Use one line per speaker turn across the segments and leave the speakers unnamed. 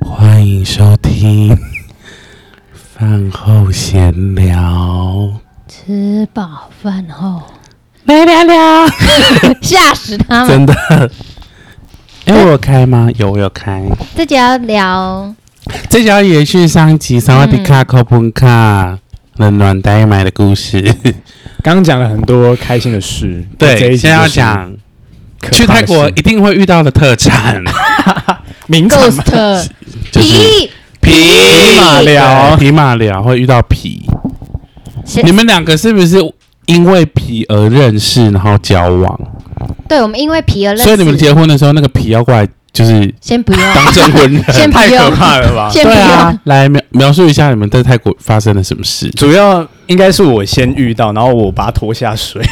欢迎收听饭后闲聊，
吃饱饭后
来聊聊，嗯
吓死他 们。
真的。哎、我有开吗？有，我有开。
这集要聊，
这条延续上集萨瓦迪卡科本卡冷暖呆买的故事。
刚讲了很多开心的事，这一
对，
集
现在要
就是
讲
可怕的 事
去泰国一定会遇到的特产
名产嘛
Ghost
就是
皮
皮
马
对
聊
皮马聊会遇到皮。
谁
你们两个是不是因为皮而认识，然后交往？
对我们因为皮而认识，
所以你们结婚的时候，那个皮要过来就是
先不用，
当证婚人。
先不
太可
用，
怕了吧？
先不
对啊
用，，
来描描述一下你们在泰国发生了什么事。
主要应该是我先遇到，然后我把他拖下水。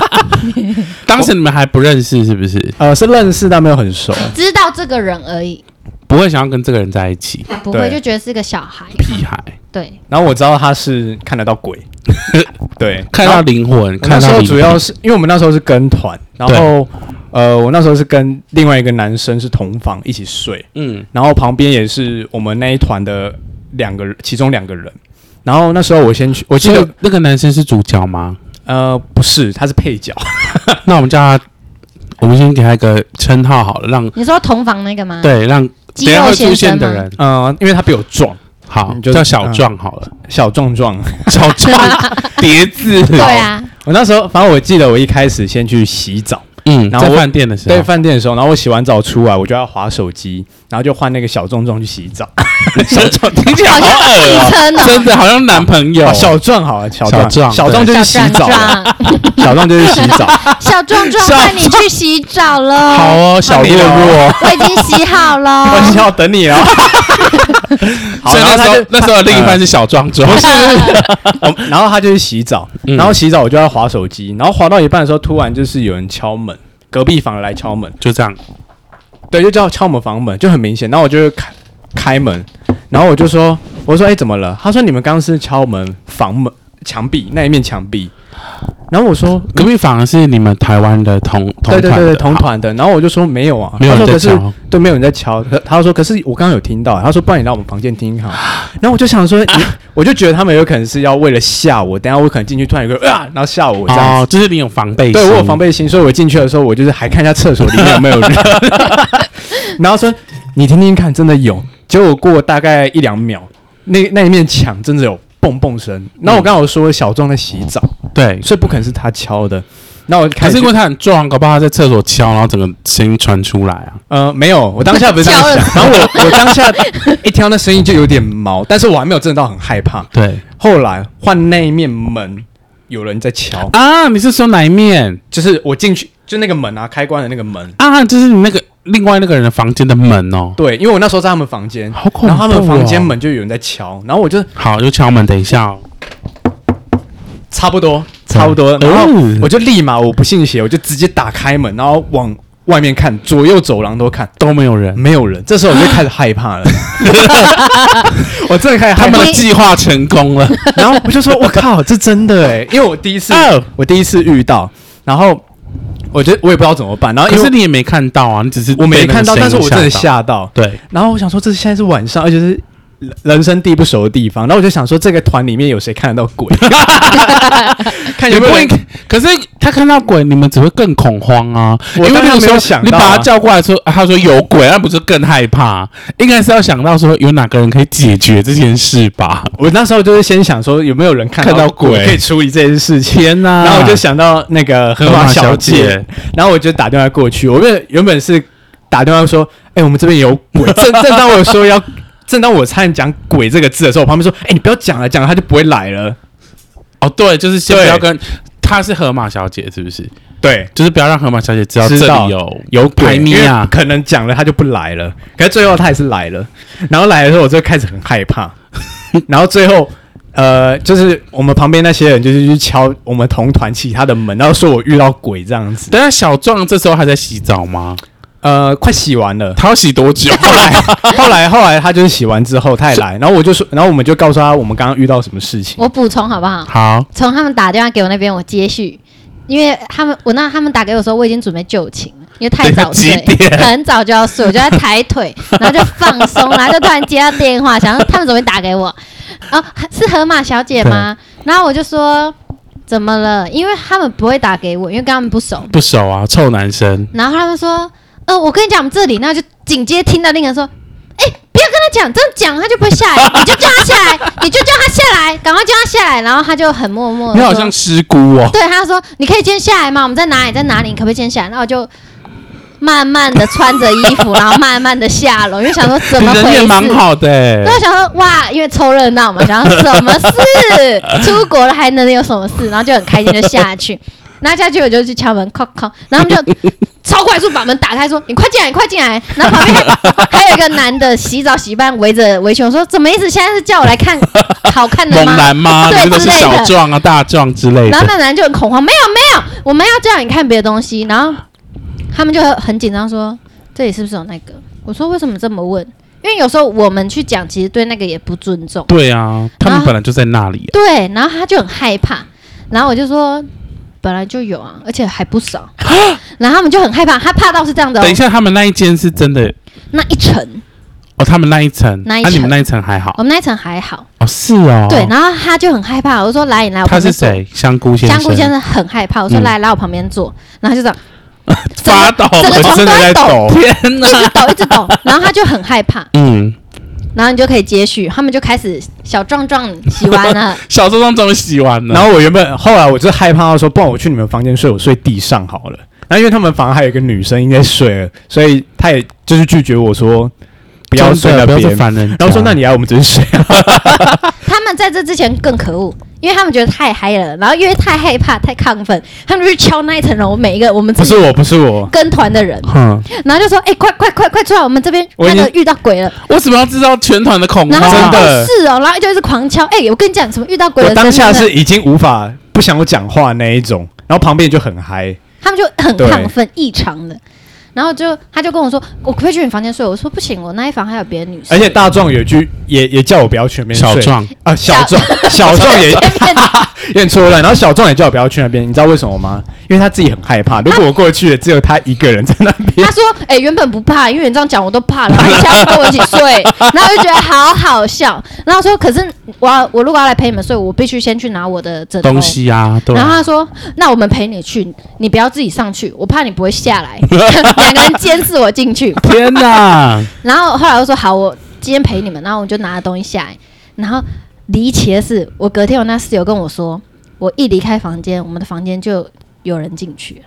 当时你们还不认识，是不是？
呃，是认识但没有很熟，
知道这个人而已，
不会想要跟这个人在一起，
不会
对
就觉得是个小孩。
屁孩
对，
然后我知道他是看得到 鬼，对，
看
然
到
后
灵魂，
我
看
那时
到
候
灵魂
主要是因为我们那时候是跟团，然后呃，我那时候是跟另外一个男生是同房一起睡，
嗯，
然后旁边也是我们那一团的两个人，其中两个人。然后那时候我先去，我
我
记
记
得
得那个男生是主角吗？
呃不是，他是配角，
那我们叫他，我们先给他一个称号好了，让
你说同房那个吗？，
对让等一
嗯肌
下
肉
会出
先生
现
吗
的？人，
嗯，因为他比我壮，
好
你就
叫小壮好了，
小壮壮。
小壮叠字，
对，啊，
我那时候，反正我记得我一开始先去洗澡，
嗯，
然后
在
我
饭店的时
在
候，
饭店的时候，然后我洗完澡出来，我就要划手机，然后就换那个小壮壮去洗澡。小壮，
听起来好恶
女
啊，
生哦，
真的好像男朋友
啊， 小壮好了，小
小壮
壮，小壮就去洗澡了，
小壮壮，
小壮就去洗澡。
小壮壮，
小
换你去洗澡喽。
好哦，小弱弱。
我已经洗好喽。
我洗好等你了。好，
所以
然
那呃
后他
时
就
候，那时候的另一半是小壮壮，
我然后他就去洗澡，
嗯
然后洗澡我就要划手机，然后划到一半的时候，突然就是有人敲门，隔壁房来敲门，
就这样。
对，就叫敲门房门，就很明显。然后我就开开门，然后我就说，我说，哎、怎么了？他说你们刚刚是敲门房门墙壁那一面墙壁。然后我说，
隔壁房是你们台湾的同同
对对
团
对
的
对，同，团的。然后我就说没有啊
好，没有
他
人
说
在
可是
敲，
对，没有人在敲。可他说：“可是我刚刚有听到。”他说：“不然你来我们房间听听看。”然后我就 想说，你我就觉得他们有可能是要为了吓我，等一下我可能进去突然有个啊，然后吓我这样子。
哦，就是你有防备心，
对我有防备心，所以我进去的时候，我就是还看一下厕所里面有没 有人，然后说：“你听听看，真的有。”结果过大概一两秒，那那一面墙真的有蹦蹦声。那我刚好说小壮在洗澡，
对，
所以不可能是他敲的。那我
嗯
就
可
开
是
始
因为他很壮，搞不好他在厕所敲，然后整个声音传出来啊。
呃，没有，我当下不是这样想，然后我我当下一听到那声音就有点毛，但是我还没有真的到很害怕。
对
后来换那一面门，有人在敲，
啊，你是说哪一面
就是我进去，就那个门啊，开关的那个门。
啊？就是你那个另外那个人的房间的门哦。
对，因为我那时候在他们房间，
好恐怖哦
然后他们房间门就有人在敲，然后我就
好，就敲门，等一下哦。
差不多，差不多，
对
然后
嗯
我就立马我不信邪，我就直接打开门，然后往外面看，左右走廊都看，
都没有人，
没有人。这时候我就开始害 怕了，我真的开始害
他
怕
们
了
的计划成功了。
然后我就说：“我靠，这真的哎！”因为我第一次，
哦
我第一次遇到，然后我觉得我也不知道怎么办。然后
可
因
是
为
你也没看到啊，你只是
我没
被那个
看到，
声音
但是我真的
吓到。
吓到。
对，
然后我想说，这现在是晚上，而且是人人生地不熟的地方。然后我就想说，这个团里面有谁看得到鬼？ 看
你
有
不
没有
会
人。，
可是他看到鬼，你们只会更恐慌啊！因
我
为
当然
那个时
没
候
有想
你
到啊
把他叫过来说，啊他说有鬼，那不是更害怕？应该是要想到说有哪个人可以解决这件事吧？
我那时候就是先想说，有没有人看
看到鬼
鬼可以处理这件事情？
天哪、
然后我就想到那个河马小姐，
姐，
然后我就打电话过去，我原原本是打电话说，哎、我们这边有鬼。正正当我说要，正当我差点讲“鬼”这个字的时候，我旁边说，哎、你不要讲了，讲了他就不会来了。
哦，对，就是先不
对
要跟她是河马小姐，是不是？
对，
就是不要让河马小姐知道这
知道
里有
有
排
鬼，
咪
因为
啊，
可能讲了他就不来了。可是最后他还是来了，然后来的时候我就开始很害 怕，然后最后。呃，就是我们旁边那些人，就是去敲我们同团其他的门，然后说我遇到鬼这样子。
等一下小壮这时候还在洗澡吗？
呃，快洗 完了。
他要洗多久？
后来，后来，后来他就是洗完之后，他也来，然后我就说，然后我们就告诉他我们刚刚遇到什么事情。
我补充好不好？
好，
从他们打电话给我那边，我接续，因为他们我那他们打给我说我已经准备就寝了，因为太早睡
对几，
很早就要睡，我就在抬腿，然后就放松，然后就突然接到电话，想说他们怎么会打给我？哦，是河马小姐吗？然后我就说怎么了？因为他们不会打给我，因为跟他们不熟。
不熟啊，臭男生。
然后他们说，呃，我跟你讲，我们这里，那就紧接听到另一个人说，哎、不要跟他讲，这样讲啊他就不会下来，你就叫他下来，你就叫他下来，赶快叫他下来。然后他就很默默，
你好像失孤哦，
对他说，你可以今天下来吗？我们在哪里，在哪里？你可不可以今天下来？然后我就。慢慢的穿着衣服，然后慢慢的下楼，因为想说怎
你
么啊回
人也
事？
蛮
哦
好的欸、
然后啊想说哇，因为凑热闹嘛，想说什么事？出国了还能有什么事？然后就很开心的下去， 然后下去我就去敲门，敲敲，然后他们就超快速把门打开，说你快进来，你快进来。然后旁边还还有一个男的洗澡洗半围着围裙，我说怎么意思？现在是叫我来看好看的
猛
吗？
男吗？
对
你那个
之
是
类的
小壮啊、大壮之类
然后那
的。
男就很恐慌，没有没有，我们要叫你看别的东西。然后他们就很紧张说，这里是不是有那个？我说为什么这么问？因为有时候我们去讲，其实对那个也不尊重。
对啊，他
然
们
后
本来就在那里、啊。
对，然后他就很害怕，然后我就说本来就有啊，而且还不少。然后他们就很害怕，他怕到是这样的、哦
等一，下，他们那一间是真的
那一层，
哦，他们那一层，
那一
啊、
层
你们那一层还好
我们那一层还好。
哦，是哦。
对，然后他就很害怕，我就说来，你来我
他
旁
是
边坐。
谁？香菇先生。
香菇先生很害怕，我说
嗯
来，来我旁边坐，然后就这样
发抖，
整个
我
床
真
都
的在
在抖，
抖。天
一直抖一直抖，然后他就很害怕，
嗯，
然后你就可以接续，他们就开始小壮壮洗完 了，
小周章怎么洗完了？
然
后
后我原本后来我就害怕到说，不然我去你们房间睡，我睡地上好了。然后因为他们房还有一个女生应该睡了，所以他也就是拒绝我说不要睡那
啊不要
边
再。烦人家。
然后说那你来我们这边睡啊。
他们在这之前更可恶，因为他们觉得太嗨了，然后因为太害怕、太亢奋，他们就去敲那一层楼，每一个我们
不
自
是
己
我，不是我，
跟团的人，
哼，
然后就说：“哎、快快快快出来，我们这边
哦我已
那
经
个遇到鬼了。
为什么要制造全团的”恐
然
慌
后他
啊？
说：“
真的
哦，是哦。”然后就一直狂敲。哎、我跟你讲，什么遇到鬼
我
了？
当下
真的
是已经无法不想我讲话那一种。然后旁边就很嗨，
他们就很
对
亢奋，异常的。然后就他就跟我说：“我可不可以去你房间睡？”我说：“不行，我那一房还有别的女生。”
而且大壮有句也也叫我不要去那边
小
睡。
壮，
啊，小壮， 小壮也有点错乱。然后小壮也叫我不要去那边，你知道为什么吗？因为他自己很害怕。如果我过去了，只有他一个人在那 边
他。说：“哎、原本不怕，因为你这样讲我都怕了，然后你现在跟我一起 睡，然后我就觉得好好笑。然后说，可是我要我如果要来陪你们睡，我必须先去拿我的枕头。
东西啊，对
然后他说：“那我们陪你去，你不要自己上去，我怕你不会 下来。”两个人监视我进去。
天 哪！
然后后来我说：“好，我今天陪你们。”然后我就拿了东西下来。然后离奇的是，我隔天我那室友跟我说，我一离开房间，我们的房间就有人进去了，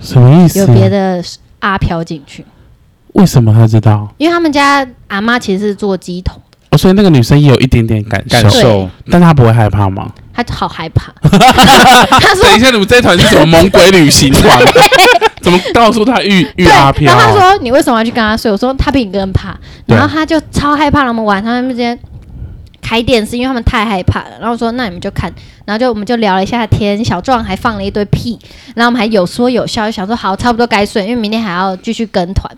什么意思？
有别？的阿飘进去。
为什么他知道？
因为他们家阿妈其实是做鸡桶，
哦，所以那个女生也有一点点感受，
感受
对，
但她不会害怕吗？
她好害 怕。她说
等一下，你们这一团是什么猛鬼旅行团？ 怎么告诉他遇遇
对，
阿飘
然后她
啊？
说你为什么要去跟她睡？我说她比你更怕，
对
然后她就超害怕。然后我们晚上他们之间开电视，因为他们太害怕了。然后我说那你们就看，然后就我们就聊了一下天，小壮还放了一堆屁，然后我们还有说有笑，就想说好差不多该睡，因为明天还要继续跟团。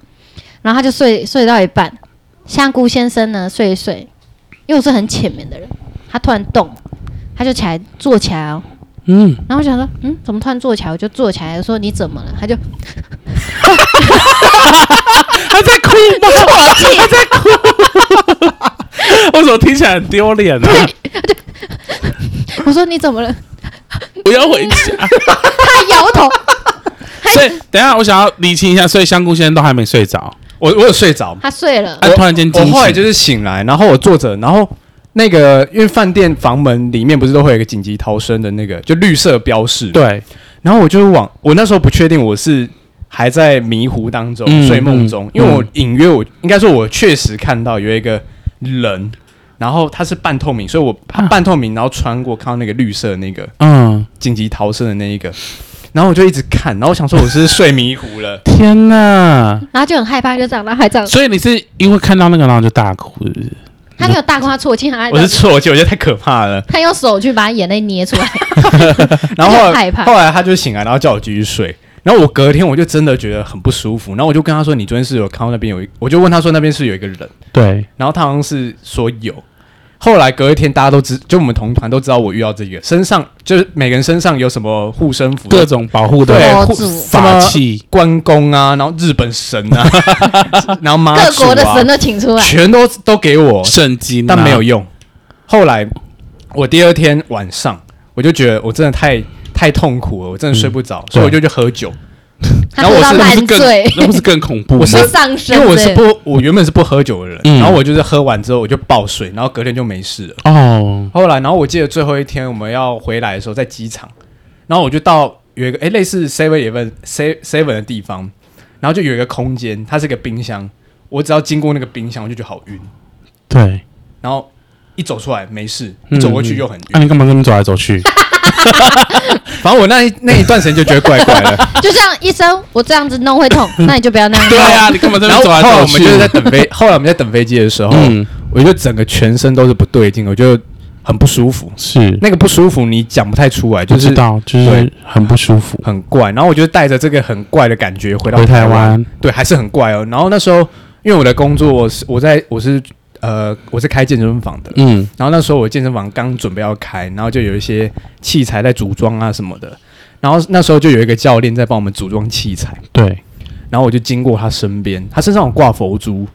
然后他就睡睡到一半，香菇先生呢睡一睡，因为我是很浅眠的人，他突然动，他就起来坐起来哦。
嗯，
然后我想说，嗯，怎么突然坐起来？我就坐起来，我说你怎么了？他就
她在哭吗？她在哭。为什么听起来很丢脸呢？
我说你怎么了？
我要回 家。
他摇头，
所以等一下，我想要理清一下，所以香菇先生都还没睡着，
我我有睡着，
他睡了。
啊，突然间惊
我
醒
后来就是醒来，然后我坐着，然后那个因为饭店房门里面不是都会有一个紧急逃生的那个就绿色标示，。
对，
然后我就往我那时候不确定我是还在迷糊当中、
嗯
睡梦中
嗯，
因为我隐约我应该说我确实看到有一个人，然后他是半透明，所以我他
啊
半透明，然后穿过看到那个绿色的那个
嗯，，
紧急逃生的那一个。然后我就一直看，然后我想说我是不是睡迷糊了
天哪！
然后就很害怕，就这样，然后还这样。
所以你是因为看到那个，然后就大哭，是不是？
他没有大哭，他啜泣，
哎
他
我是错觉，我觉得太可怕了。
他用手去把眼泪捏出来。
然后
他
后
就
来
害怕
后来他就醒来，然后叫我继续睡。然后我隔天我就真的觉得很不舒服，然后我就跟他说：“你昨天是有看到那边有一，我就问他说那边是有一个人，
对，
然后他好像是说有。后来隔一天，大家都知，就我们同团都知道我遇到这个，身上就是每个人身上有什么护身符、
各种保护
对
的
佛
护
祖
法器，
关公啊，然后日本神啊，然后妈
各
祖
国的
啊，
神都请出来，
全都都给我，
圣经啊，
但没有用。后来我第二天晚上，我就觉得我真的太太痛苦了，我真的睡不着，所以我就去喝酒。
他
啊然后
喝
我
到
是
那不
烂
是更
醉，
那不是更恐怖吗
会
我？是
上身
因
的，
为我是不，我原本是不喝酒的人，
嗯
然后我就是喝完之后我就爆睡，然后隔天就没事了。
哦，
后来，然后我记得最后一天我们要回来的时候，在机场，然后我就到有一个诶类似 Seven Eleven Seven 的地方，然后就有一个空间，它是一个冰箱，我只要经过那个冰箱，我就觉得好晕，
对，嗯
然后一走出来没事，一走过去又很晕。
那、你干嘛跟他们走来走去？
反正我那一那一段时间就觉得怪怪 的。
就像医生，我这样子弄会痛， 那你就不要那样弄。
啊，你干嘛在
然后
走
后
来
来
走
我
去？
们就是在等飞，后来我们在等飞机的时候，
嗯，
我就整个全身都是不对劲，我就很不舒服。
是，
那个不舒服你讲不太出来，
就
就
知
是
道，就是
对
很不舒服。
很怪。然后我就带着这个很怪的感觉回到
回台
湾，
湾，
对，还是很怪哦。然后那时候因为我的工作，我是我在我是呃我是开健身房的，
嗯，
然后那时候我健身房刚准备要开，然后就有一些器材在组装啊什么的。然后那时候就有一个教练在帮我们组装器材，
对，
然后我就经过他身边，他身上有挂佛珠，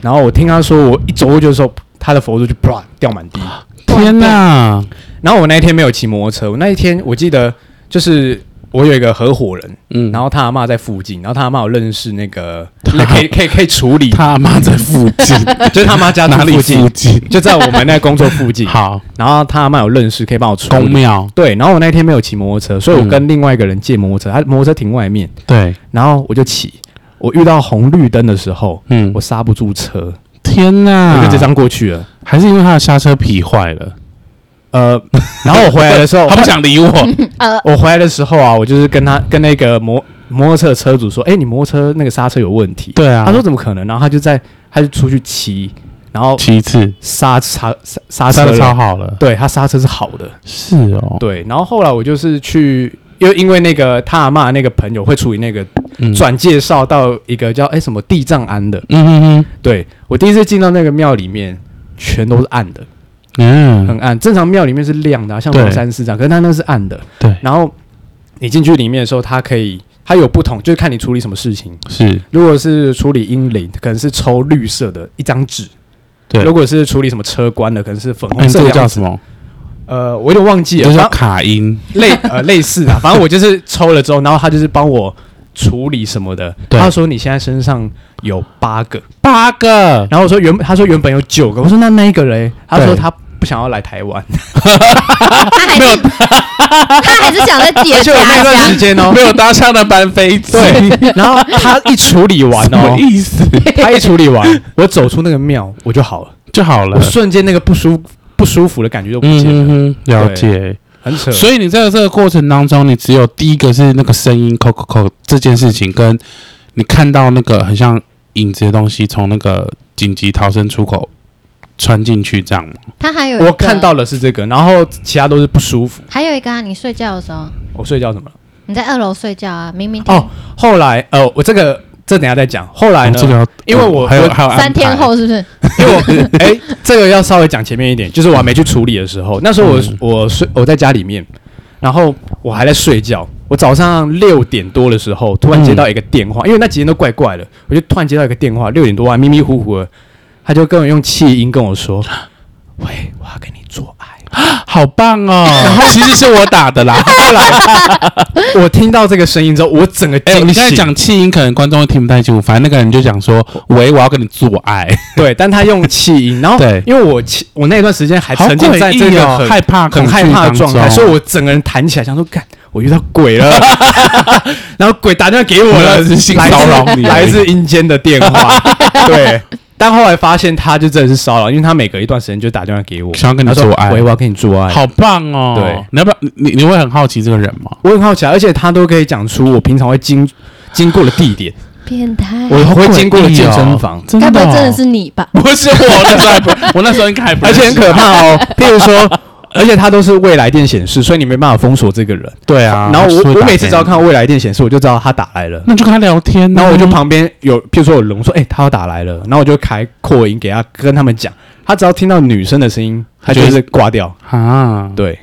然后我听他说，我一走过去的时候，他的佛珠就啪掉满地。
天哪，
然后我那一天没有骑摩托车，我那一天我记得就是我有一个合伙人，
嗯，
然
后
后他阿妈在附近，然后他阿妈有认识那 个，可以可以可以处理，
他妈在附近，
就是 他妈家住
哪里
附
附
近，
近？
就在我们那个工作附近。
好，
然后他阿妈有认识，可以帮我处
公
理。
庙，
对，然后我那天没有骑摩托车，所以我跟另外一个人借
嗯
摩托车，他摩托车停外面，
对，
然后我就骑。我遇到红绿灯的时候，
嗯
我，刹不住车，
天
我
哪，
就这张过去了。
还是因为他的刹车皮坏了，
呃， 然后我回来的时 候，
他不想 理我，
呃，
我回来的时候啊，我就是跟他跟那个摩摩托车车主说，哎、你摩托车那个刹车有问题。
对啊，
他说怎么可能？然后他就在他就出去骑，然后
骑一次，
刹刹刹刹
嗯刹
车
车
了
超好了，
对他刹车是好的，
是哦，
对。然后后来我就是去，因为因为那个他阿嬷那个朋友会处理那个
嗯，
转介绍到一个叫哎、什么地藏庵的，
嗯嗯嗯
对我第一次进到那个庙里面。全都是暗的，
嗯，
很暗。正常庙里面是亮的、啊，像龙
对
山寺这样，可是他那是暗的。
对，
然后你进去里面的时候，它可以，它有不同，就是看你处理什么事情。
是，
如果是处理阴灵，可能是抽绿色的一张纸；
对
如，果是处理什么车关的，可能是粉
哎
红
这
色
个
的
叫
样
什
子。
么？
呃，我有点忘记
这
了，
叫
反
卡音，
类呃类似的，反正我就是抽了之后，然后他就是帮我处理什么的。
对
他说你现在身上有八个，
八个，
然后我说原他说原本有九个，我说那那一个嘞？他说
对
他不想要来台 湾，啊
他还是 他还是想在自己的
而且我那
家
段时
乡，
间哦
没，有搭上那班飞机，
对，然后他一处理完
什
哦
么，意思？
他一处理完，我走出那个庙我就好了，
就好了
我。瞬间那个不舒不舒服的感觉就不
嗯
见了，
嗯嗯，了解。
很扯。
所以你在这个过程当中，你只有第一个是那个声音扣扣扣这件事情，跟你看到那个很像影子的东西从那个紧急逃生出口穿进去，这样吗？
他还有一个
我看到，的是这个，然后其他都是不舒服。
还有一个啊，你睡觉的时候，
我睡觉怎么了？
你在二楼睡觉啊，明明
哦，后来呃，我这个这等一下再讲。后来
哦
呢，
这个要
因为我
还有
我
还有安
三天
排
后是不是？
因为我 哎、这个要稍微讲前面一点，就是我还没去处理的时候，那时候我、
嗯
我睡我在家里面，然后我还在睡觉。我早上六点多的时候，突然接到一个电话，因为那几天都怪怪的，我就突然接到一个电话，六点多啊，迷迷糊糊的，他就跟我用气音跟 我说：“喂，我要跟你做爱。”
好棒哦！
啊
然后其实是我打的 啦。
后来我听到这个声音之后，我整个
哎、
惊
你刚才
醒。
讲气音，可能观众会听不太清楚。反正那个人就讲 说：“喂，我要跟你做爱。
对，但他用气音，然后
对
因为我气，我那段时间”还
好
沉浸在
诡
这
异
个
哦，
很
害怕、
很害怕的状态，所以
我。
我整个人弹起来，想说，干，我遇到鬼 了， 然后鬼打电话给我了，
原来是性
来自
骚扰你
来自阴间的电话， 对。但后来发现他就真的是骚扰，因为他每隔一段时间就打电话给我，
想要跟你
他说
做爱
喂，我要跟你做爱。
好棒哦！
对，
你要不要？你你你会很好奇这个人吗？
我很好奇啊，而且他都可以讲出我平常会经经过的地 点，
变态，
我会经过的健身房，
哦真
该不
的
会
哦，
真的是你吧？
不是我那时候还不，我那时候应该还不
而
认识啊
且很可怕哦。譬如说，而且它都是未来电显示，所以你没办法封锁这个人。
对啊。
然后
他
我
是会
我
打
每次
给
只要
你
看到未来电显示，我就知道他打来了。
那就跟他聊天、啊
然后我就，旁边有，譬如说有人我说，哎、他要打来了，然后我就开扩音给他，跟他们讲，他只要听到女生的声音，他就
就是
是挂掉。
啊，
对，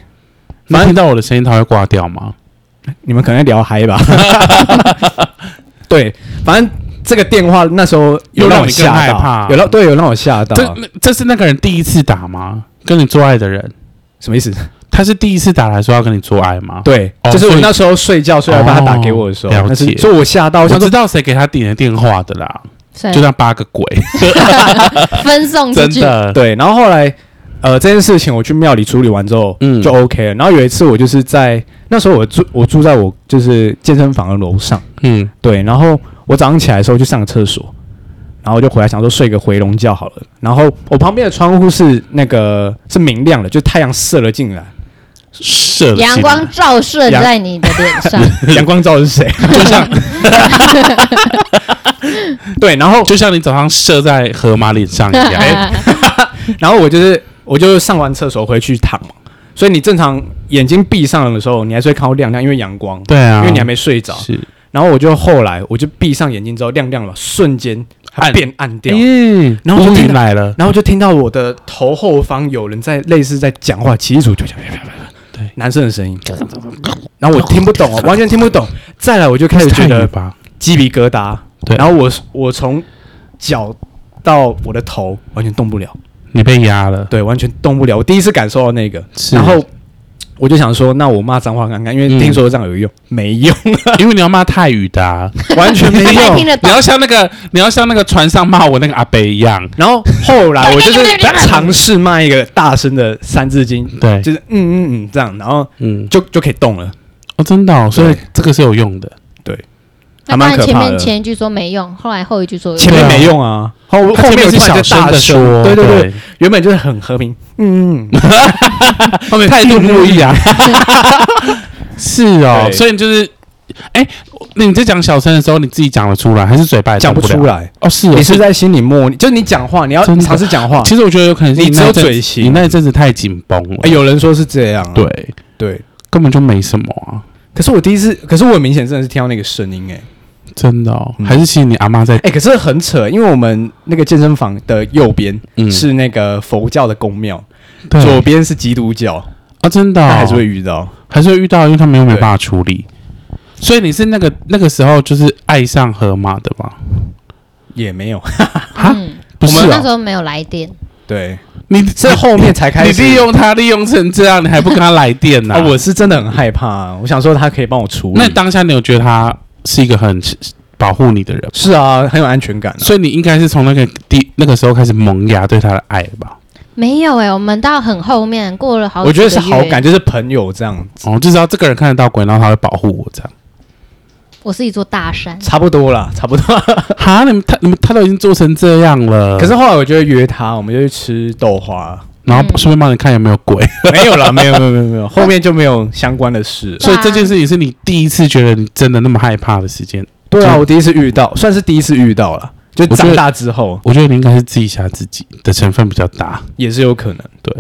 你听到我的声音他会挂掉吗？
你们可能在聊 嗨吧？对，反正这个电话那时候有
又让
我
你更
吓
害
到，
怕
有让对有让我吓到，
这那这是那个人第一次打吗？跟你做爱的人，
什么意思？
他是第一次打来说要跟你做爱吗？，
对，
哦
就是我
所以
那时候睡觉，睡到他打给我的时候，
哦了解
那是所以我吓到，我
我
想
想
说
知道谁给他点的电话的啦，
所以
就那八个鬼，
分送出
真
去，
的，
对，然后后来呃这件事情我去庙里处理完之后，
嗯
就 OK 了。然后有一次我就是在那时候我住我住在我就是健身房的楼上，
嗯，
对，然后我早上起来的时候去上个厕所，然后我就回来想说睡个回笼觉好了。然后我旁边的窗户是那个是明亮的，就太阳射了进来，
射了啊
阳
进
光
来
照射在你的脸 上，
阳光照的是谁？就像对，然后
就像你早上射在河马脸上一
哎
样，哎
然后我就是我就上完厕所回去躺嘛，所以你正常眼睛闭上的时候，你还是会看到亮亮，因为阳光，
对啊，
因为你还没睡着。
是，
然后我就后来我就闭上眼睛之后亮亮了，瞬间它
暗
变暗掉。
耶，
哎然后我就
乌
听
云
到
来 了，
然后就听到我的头后方有人在类似在讲话，骑鼠就讲，
对，
男生的声 音，然后我听不懂 哦，完全听不懂。再来我就开始觉
太远
得
吧，
鸡皮疙瘩，
对
然后我我从脚到我的头完全动不了，
你被压了，
对，完全动不了。我第一次感受到那个，
是
然后我就想说，那我骂脏话看看，因为
嗯
听说这样有用，没用，
因为你要骂泰语的啊，
完全没
不太听
用。
得
你
懂。
要像那个你要像那个船上骂我那个阿北一样，
然后后来我就是尝试骂一个大声的三字经，
对，
就是嗯嗯嗯这样，然后
嗯，
就就可以动了。
哦，真的哦，所以
对
这个是有用的，
那
还蛮
当然
可
前
怕
面
的
前一句说没用，后来后一句说有
前
用
面没用啊，后
它
后
前
面
面
有
是
突然
小
间
声
大
的说，
对对对，，原本就是很和平，嗯，嗯
后面态度不一样， 是哦，
对
所以你就是，哎，那你在讲小声的时候，你自己讲得出来，还是嘴巴也
讲不
动
出
了？
来，
哦，是哦，
你是
所以
在心里默，就是你讲话，你要
真的
尝试讲话。
其实我觉得有可能是
你
那一
只有
阵
嘴型
你那一阵子太紧绷了，
哎，有人说是这样啊，
对，
对。
根本就没什么啊，
可是我第一次，可是我明显真的是听到那个声音，哎
真的哦，
嗯
还是其实你阿妈在，
哎，可是很扯，因为我们那个健身房的右边
嗯，
是那个佛教的宫庙，
对
左边是基督教，
啊，真的哦，
但还是会遇到。
还是会遇到，因为他们又没
对
办法处理。所以你是那个那个时候就是爱上河马的吗？
也没有，
哈
嗯，
不
我
是
哦
们那
啊
时，候没有来电，
对，
你
是后面才开
你
始。
利用他利用成这样，你还不跟他来电呢、
啊， 我是真的很害怕啊，我想说他可以帮我处
那
理
你。当下你有觉得他是一个很保护你的人吗，
是啊，很有安全感啊。
所以你应该是从那个第那个时候开始萌芽对他的爱吧？
没有哎、我们到很后面过了好几个
我觉
月，
得是好感，就是朋友这样，
哦，就知道这个人看得到鬼，然后他会保护我这 样。
我是一座大山，
差不多啦，差不多。
哈，你们他你们他都已经做成这样了，
可是后来我就会约他，我们就去吃豆花。
然后顺便帮你看有没有鬼，
啊
没 有啦，没有，没有，没有，没有，后面就没有相关的事。
所以这件事情是你第一次觉得你真的那么害怕的时间。
对啊，
就
我第一次遇到，算是第一次遇到了。就
我觉得
长大之后
我觉得你应该是自己吓自己的成分比较大。
也是有可能，
对，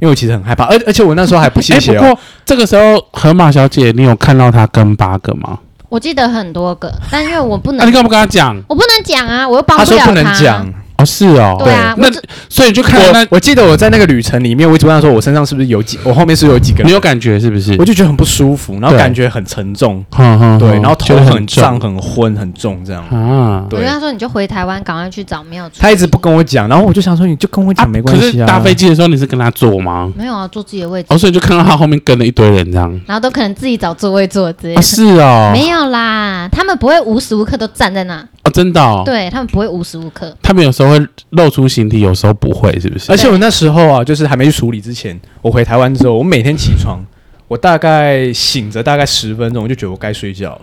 因为我其实很害怕，而而且我那时候还不信
哎，
邪
不
哦。
过这个时候河马小姐，你有看到她跟八个吗？
我记得很多个，但因为我不
那、
能，
你干嘛跟她讲？
我不能讲啊，我又帮
啊他
不
说
了
不能讲，
哦，是哦，
对啊，
那
我只
所以你就看到那
我我记得我在那个旅程里面，我一直问他说我身上是不是有几，我后面是不是有几个
你
人，
有感觉是不是
我？就觉得很不舒服，然后
对
感觉很沉重，
哼哼
对，
哼
然后头
觉得
嗯很胀、
重
很昏、很重这样。
啊。
我
对
跟他说你就回台湾，赶快去找庙。
他一直不，跟我讲，然后我就想说你就跟我讲、没关
可
系
是
啊。
搭飞机的时候你是跟她坐吗？
没有啊，坐自己的位置，
哦，所以你就看到她后面跟了一堆人这样。
然后都可能自己找座位坐之类
哦，
的。
是哦，
没有啦，他们不会无时无刻都站在那，
哦，真的哦。
对他们不会无时 无刻。
他们有时候会露出形体，有时候不会，是不是
而？且我那时候啊，就是还没去处理之前，我回台湾之后，我每天起床，我大概醒着大概十分钟，我就觉得我该睡觉了。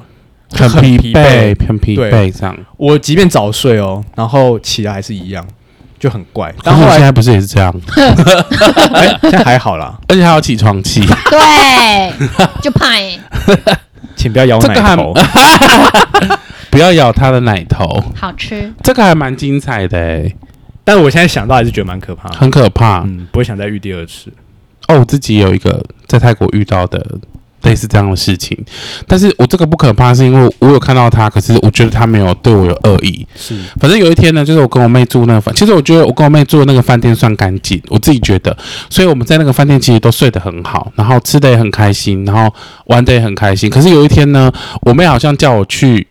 很
很疲
疲
惫
惫，很疲
对
惫这样。
我即便早睡哦，然后起来还是一样，就很 怪。但
然后
后
我现
来
在不是也是这样，
哎现在还好啦，
而且还有起床气。
对，就怕欸
请不要咬
这个
奶头。
不要咬他的奶头，
好吃。
这个还蛮精彩的、欸，啊
但我现在想到还是觉得蛮可怕的。
嗯很可怕。
嗯，不会想再遇第二次。
哦，我自己有一个在泰国遇到的类似这样的事情，但是我这个不可怕，是因为我有看到他，可是我觉得他没有对我有恶意。
是
反正有一天呢，就是我跟我妹住那个饭，其实我觉得我跟我妹住的那个饭店算干净，我自己觉得，所以我们在那个饭店其实都睡得很好，然后吃的也很开心，然后玩的也很开心。可是有一天呢，我妹好像叫我去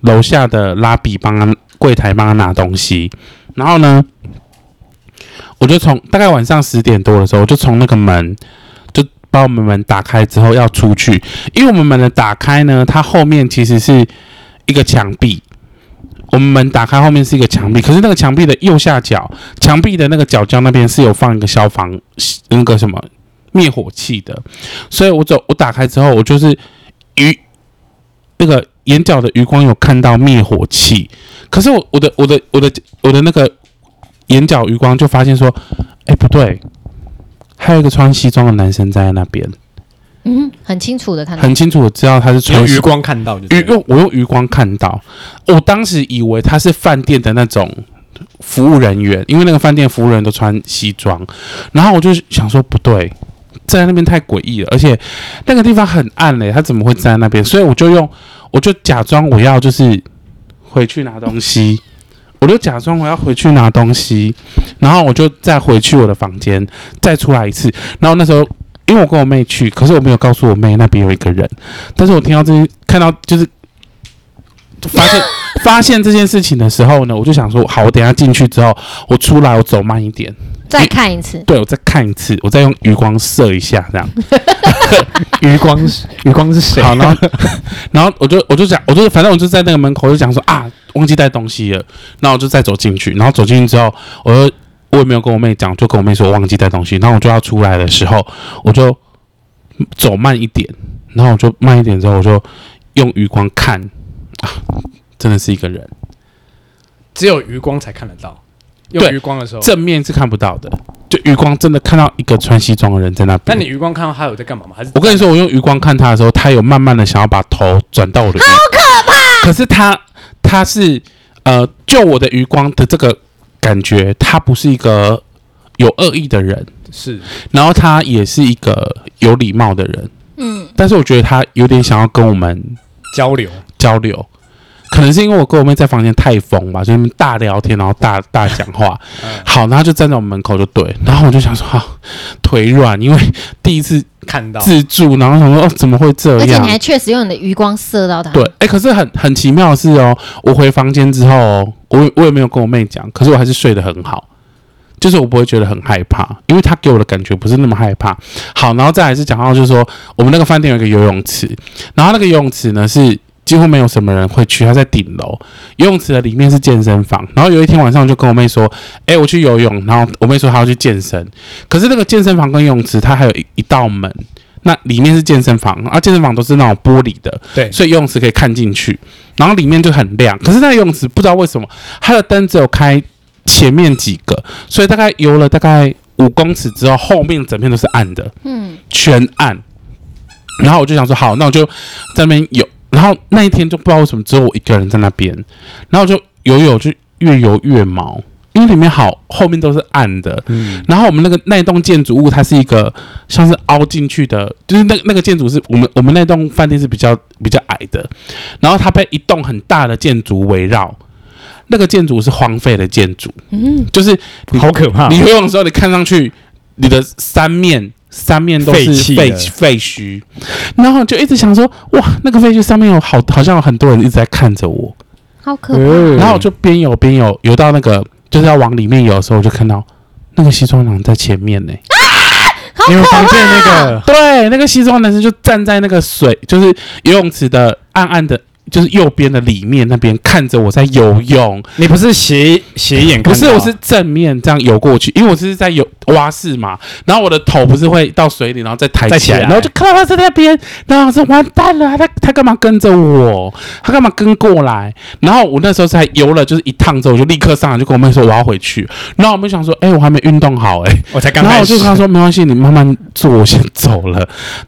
楼下的拉比帮她柜台帮她拿东西，然后呢，我就从大概晚上十点多的时候，我就从那个门就把我们门打开之后要出去，因为我们门的打开呢，它后面其实是一个墙壁。我们门打开后面是一个墙壁，可是那个墙壁的右下角，墙壁的那个角角那边是有放一个消防那个什么灭火器的，所以我走我打开之后，我就是余那个眼角的余光有看到灭火器，可是我我的我的我的我的那个眼角余光就发现说，哎、不对，还有一个穿西装的男生站在那边，
嗯，很清楚的看到
很清楚我知道他是穿
用
西
余光看到就
余
对了，
用我用余光看到，我当时以为他是饭店的那种服务人员，因为那个饭店服务人员都穿西装，然后我就想说不对，站在那边太诡异了，而且那个地方很暗嘞、他怎么会站在那边？所以我就用我就假装我要就是回去拿东西。我就假装我要回去拿东西，然后我就再回去我的房间，再出来一次。然后那时候，因为我跟我妹去，可是我没有告诉我妹那边有一个人，但是我听到这些，看到就是发现 发现这件事情的时候呢，我就想说，好，我等一下进去之后，我出来我走慢一点，
再看一次，
对我再看一次，我再用余光射一下，这样。
余光是余光是谁？
好，然后 然后我就我就讲，我就反正我就在那个门口就讲说啊，忘记带东西了，然后我就再走进去，然后走进去之后，我就我也没有跟我妹讲，就跟我妹说我忘记带东西，然后我就要出来的时候，我就走慢一点，然后我就慢一点之后，我就用余光看啊，真的是一个人，
哦只有余光才看得到，用
对
余光的时候，
正面是看不到的，就余光真的看到一个穿西装的人在那
那
边。
你余光看到他有在干嘛吗？还是
我跟你说，我用余光看他的时候，他有慢慢的想要把头转到我 的，好可 怕！可是他他是呃，就我的余光的这个感觉，他不是一个有恶意的人，
是
然后他也是一个有礼貌的人，
嗯，
但是我觉得他有点想要跟我们
交流？
交流。可能是因为我跟我妹在房间太疯吧，就是大聊天，然后大大讲话。
嗯，
好，然后就站在我们门口就对，然后我就想说，啊、腿软，因为第一次
看到
自助，然后想说，哦，怎么会这样？
而且你还确实用你的余光射到他，
对，哎、可是很很奇妙的是哦，我回房间之后、哦，我我也没有跟我妹讲，可是我还是睡得很好，就是我不会觉得很害怕，因为她给我的感觉不是那么害怕。好，然后再来是讲到就是说，我们那个饭店有一个游泳池，然后那个游泳池呢是几乎没有什么人会去，它在顶楼，游泳池的里面是健身房。然后有一天晚上我就跟我妹说，哎、我去游泳，然后我妹说她要去健身，可是那个健身房跟游泳池它还有一一道门。那里面是健身房，啊，健身房都是那种玻璃的，
对，
所以游泳池可以看进去，然后里面就很亮。可是那个游泳池不知道为什么它的灯只有开前面几个，所以大概游了大概五公尺之后，后面整片都是暗的，
嗯，
全暗。然后我就想说，好，那我就在那边游。然后那一天就不知道为什么只有我一个人在那边，然后我就游游就越游越毛，因为里面好后面都是暗的，
嗯，
然后我们那个那一栋建筑物，它是一个像是凹进去的，就是那那个建筑是我们我们那栋饭店是比较比较矮的，然后它被一栋很大的建筑围绕，那个建筑是荒废的建筑，嗯，就是
好可怕
你游泳的时候，你看上去你的三面三面都
废
是
弃
废
的
废墟，然后就一直想说，哇，那个废墟上面有好好像有很多人一直在看着我，
好可怕，
嗯
然后我就边游边游，游到那个就是要往里面游的时候，我就看到那个西装男在前面呢、
好可
你们
怕，
房间那个
啊对，那个西装男生就站在那个水，就是游泳池的暗暗的，就是右边的里面那边看着我在游泳。
你不是斜斜眼看
不
到？
是，我是正面这样游过去，因为我是在游蛙式嘛，然后我的头不是会到水里，然后再抬
再
起来，
起来
然后就看到他在那边，然后我说完蛋了，他他干嘛跟着我？他干嘛跟过来？然后我那时候才游了就是一趟之后，我就立刻上来就跟我妹说我要回去，然后我妹想说，哎、我还没运动好、哎，
我才刚
然后
开
我就
始
跟。他说没关系，你慢慢做，我先走了。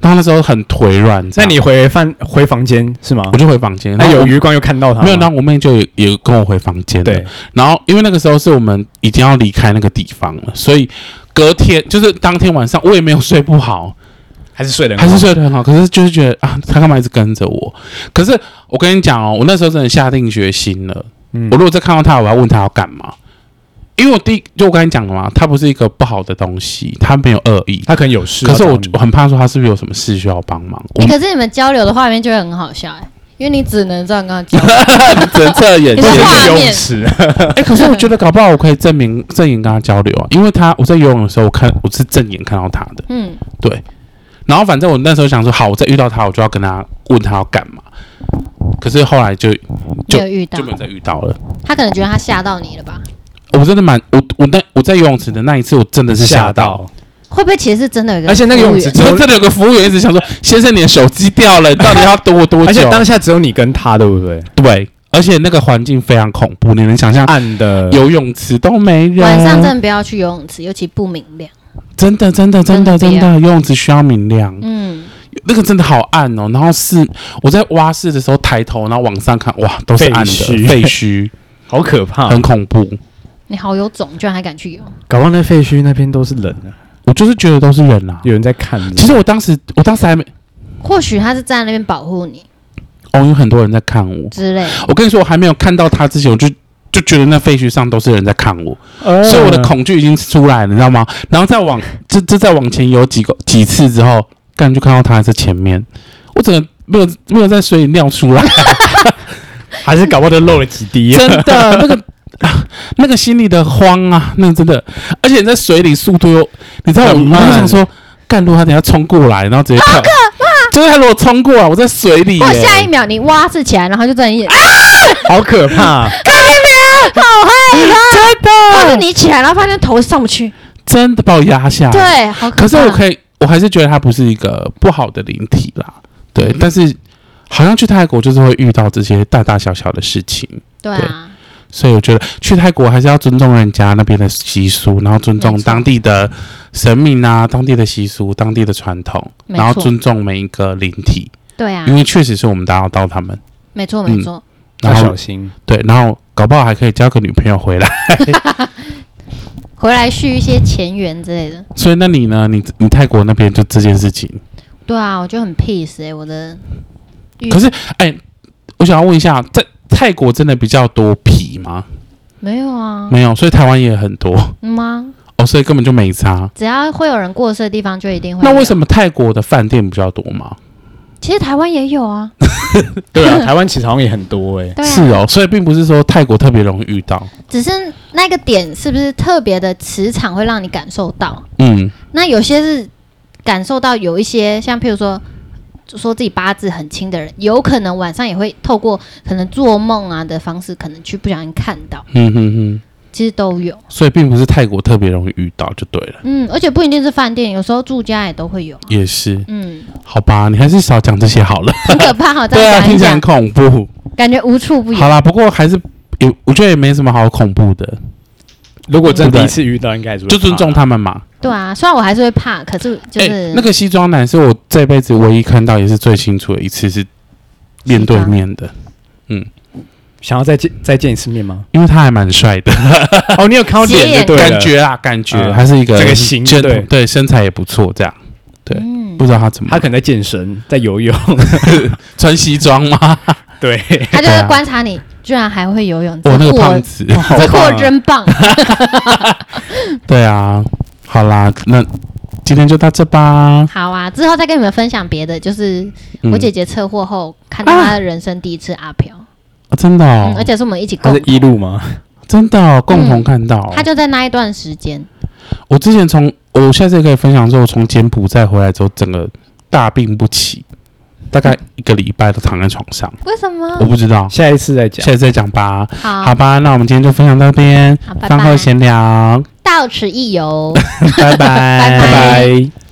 然后那时候很腿软，这
那
样
你回饭回房间是吗？
我就回房间，
那
然后
有
我
余光又看到他吗，
没有？然后我妹就有有跟我回房间了
对，
然后因为那个时候是我们已经要离开那个地方了，所以隔天就是当天晚上我也没有睡不好，
还是睡得很
还
好
是睡得很好，可是就是觉得啊，他干嘛一直跟着我？可是我跟你讲哦，我那时候真的下定决心了，
嗯
我如果再看到他，我要问他要干嘛。因为我第一就我刚才讲了嘛，他不是一个不好的东西，他没有恶意，
他可能有事要
可是
找你，
我我很怕说他是不是有什么事需要帮忙，我
欸可是你们交流的画面就会很好笑哎、因为你只能这样跟他交流。
只能侧眼
你
我
的
也
画
是游
面
泳池，
哎、可是我觉得搞不好我可以证明正眼跟他交流啊，因为他我在游泳的时候，我看我是正眼看到他的，
嗯，
然后反正我那时候想说，好，我再遇到他，我就要跟他问他要干嘛。可是后来就
没有遇到
就，没有再遇到了。
他可能觉得他吓到你了吧？
我真的蛮我我那我在游泳池的那一次，我真的是吓到。，
会不会其实是真的有一个？啊
而且那个泳池
只有这里有个服务员一直想说：“先生，你的手机掉了，你到底要躲我多
而
久
且当下只有你跟他，对不对？？”啊
对，而且那个环境非常恐怖，你能想象
暗的
游泳池嗯都没人，
晚上真的不要去游泳池，尤其不明亮。
真的真的真的真
真的不
的游泳池需要明亮。
嗯，
那个真的好暗哦。然后是我在蛙式的时候抬头，然后往上看，哇，都是暗的
废墟啊
废墟，
好可怕
很恐怖。
你好有种，居然还敢去游。
搞忘那废墟那边都是人啊，
我就是觉得都是人啊。
有人在看你。
其实我当时，我当时还没，
或许他是站在那边保护你
哦，有很多人在看我。
嗯
之 类的。
我跟你说，我还没有看到他之前，我就就觉得那废墟上都是人在看我，
呃
所以我的恐惧已经出来了，你知道吗？然后再往这这再往前游几个几次之后，干就看到他在前面，我整个没有没有在水里尿出来。
还是搞不好都漏了几滴。
真的那个、啊那个心里的慌啊，那个真的，而且你在水里速度又，你知道我
很慢
我想说，干路他等一下冲过来，然后直接 跳，就是他如果冲过来，我在水里耶、
或下一秒你蛙式起来，然后就在你眼，啊、
好可怕！
好害 怕，真的。或者你起来，然后发现头上不去，
真的把我压下来。，
对，好可怕。
啊可是我可以，我还是觉得他不是一个不好的灵体啦。
嗯
对，但是好像去泰国就是会遇到这些大大小小的事情。
对啊，
所以我觉得去泰国还是要尊重人家那边的习俗，然后尊重
没错
当地的神明啊、当地的习俗、当地的传统，
没
然后
错
尊重每一个灵体，
对啊
因，为嗯确实是我们打扰到他们。
没错没错。
然后
心，
对，然后搞不好还可以交个女朋友回来。
回来续一些前缘之类的。
所以那你呢？你你泰国那边就这件事情，
对啊，我就很 peace 哎、我的嗯
可是哎、我想要问一下，在泰国真的比较多皮吗？
没有啊，
没有，所以台湾也很多
嗯吗？
哦，所以根本就没差。
只要会有人过世的地方，就一定会。
那为
么？
什么泰国的饭店比较多吗？
其实台湾也有啊，
对啊，台湾其实好像也很多哎。
对啊，
是哦，所以并不是说泰国特别容易遇到。
只是那个点是不是特别的磁场会让你感受到？
嗯，
那有些是感受到有一些，像譬如说。说自己八字很轻的人，有可能晚上也会透过可能做梦啊的方式，可能去不小心看到，
嗯哼哼，
其实都有。
所以并不是泰国特别容易遇到就对了。
嗯，而且不一定是饭店，有时候住家也都会有啊。
也是，
嗯，
好吧，你还是少讲这些 好了。
很可怕哦哈、这
对啊，
样讲
听
一
起来
讲
很，恐怖。
感觉无处不有
好。啦，不过还是也，我觉得也没什么好恐怖的，
如果真
对
的第一次遇到，应该还是会
就尊重
怕。
他们嘛。
对啊，虽然我还是会怕，可是就
哎、
是、
那个西装男是我这辈子唯一看到也是最清楚的一次是面对面的，？
想要再见再见一次面吗
因为他还蛮帅的，
哦，你有看到脸就对了
感觉啊，感觉、
嗯
他是一个
这个型
真
对
对身材也不错，这样对
嗯
不，知道他怎么
他可能在健身，在游泳。
穿西装 吗？
对，
他 就
对
是
啊
观察你，居然还会游泳，
我、
这
那个
啊
货
胖子，
这
好
货
棒啊
真棒。
对啊，好啦，那今天就到这吧。
好啊，之后再跟你们分享别的，就是
嗯
我姐姐车祸后看到她的人生第一次阿飘，
啊真的哦
嗯，，而且是我们一起
他
共
是，一路吗？
真的哦，共同看到哦。
她就在那一段时间，
我之前从我下次也可以分享说，我从柬埔寨回来之后，整个大病不起，大概一个礼拜都躺在床上，
为什么
我？不知道。
下一次再讲
下。次再讲吧，
好，
好吧，那我们今天就分享到这边
好拜，拜
饭后闲聊，
到此一游。
拜拜，
拜
拜拜。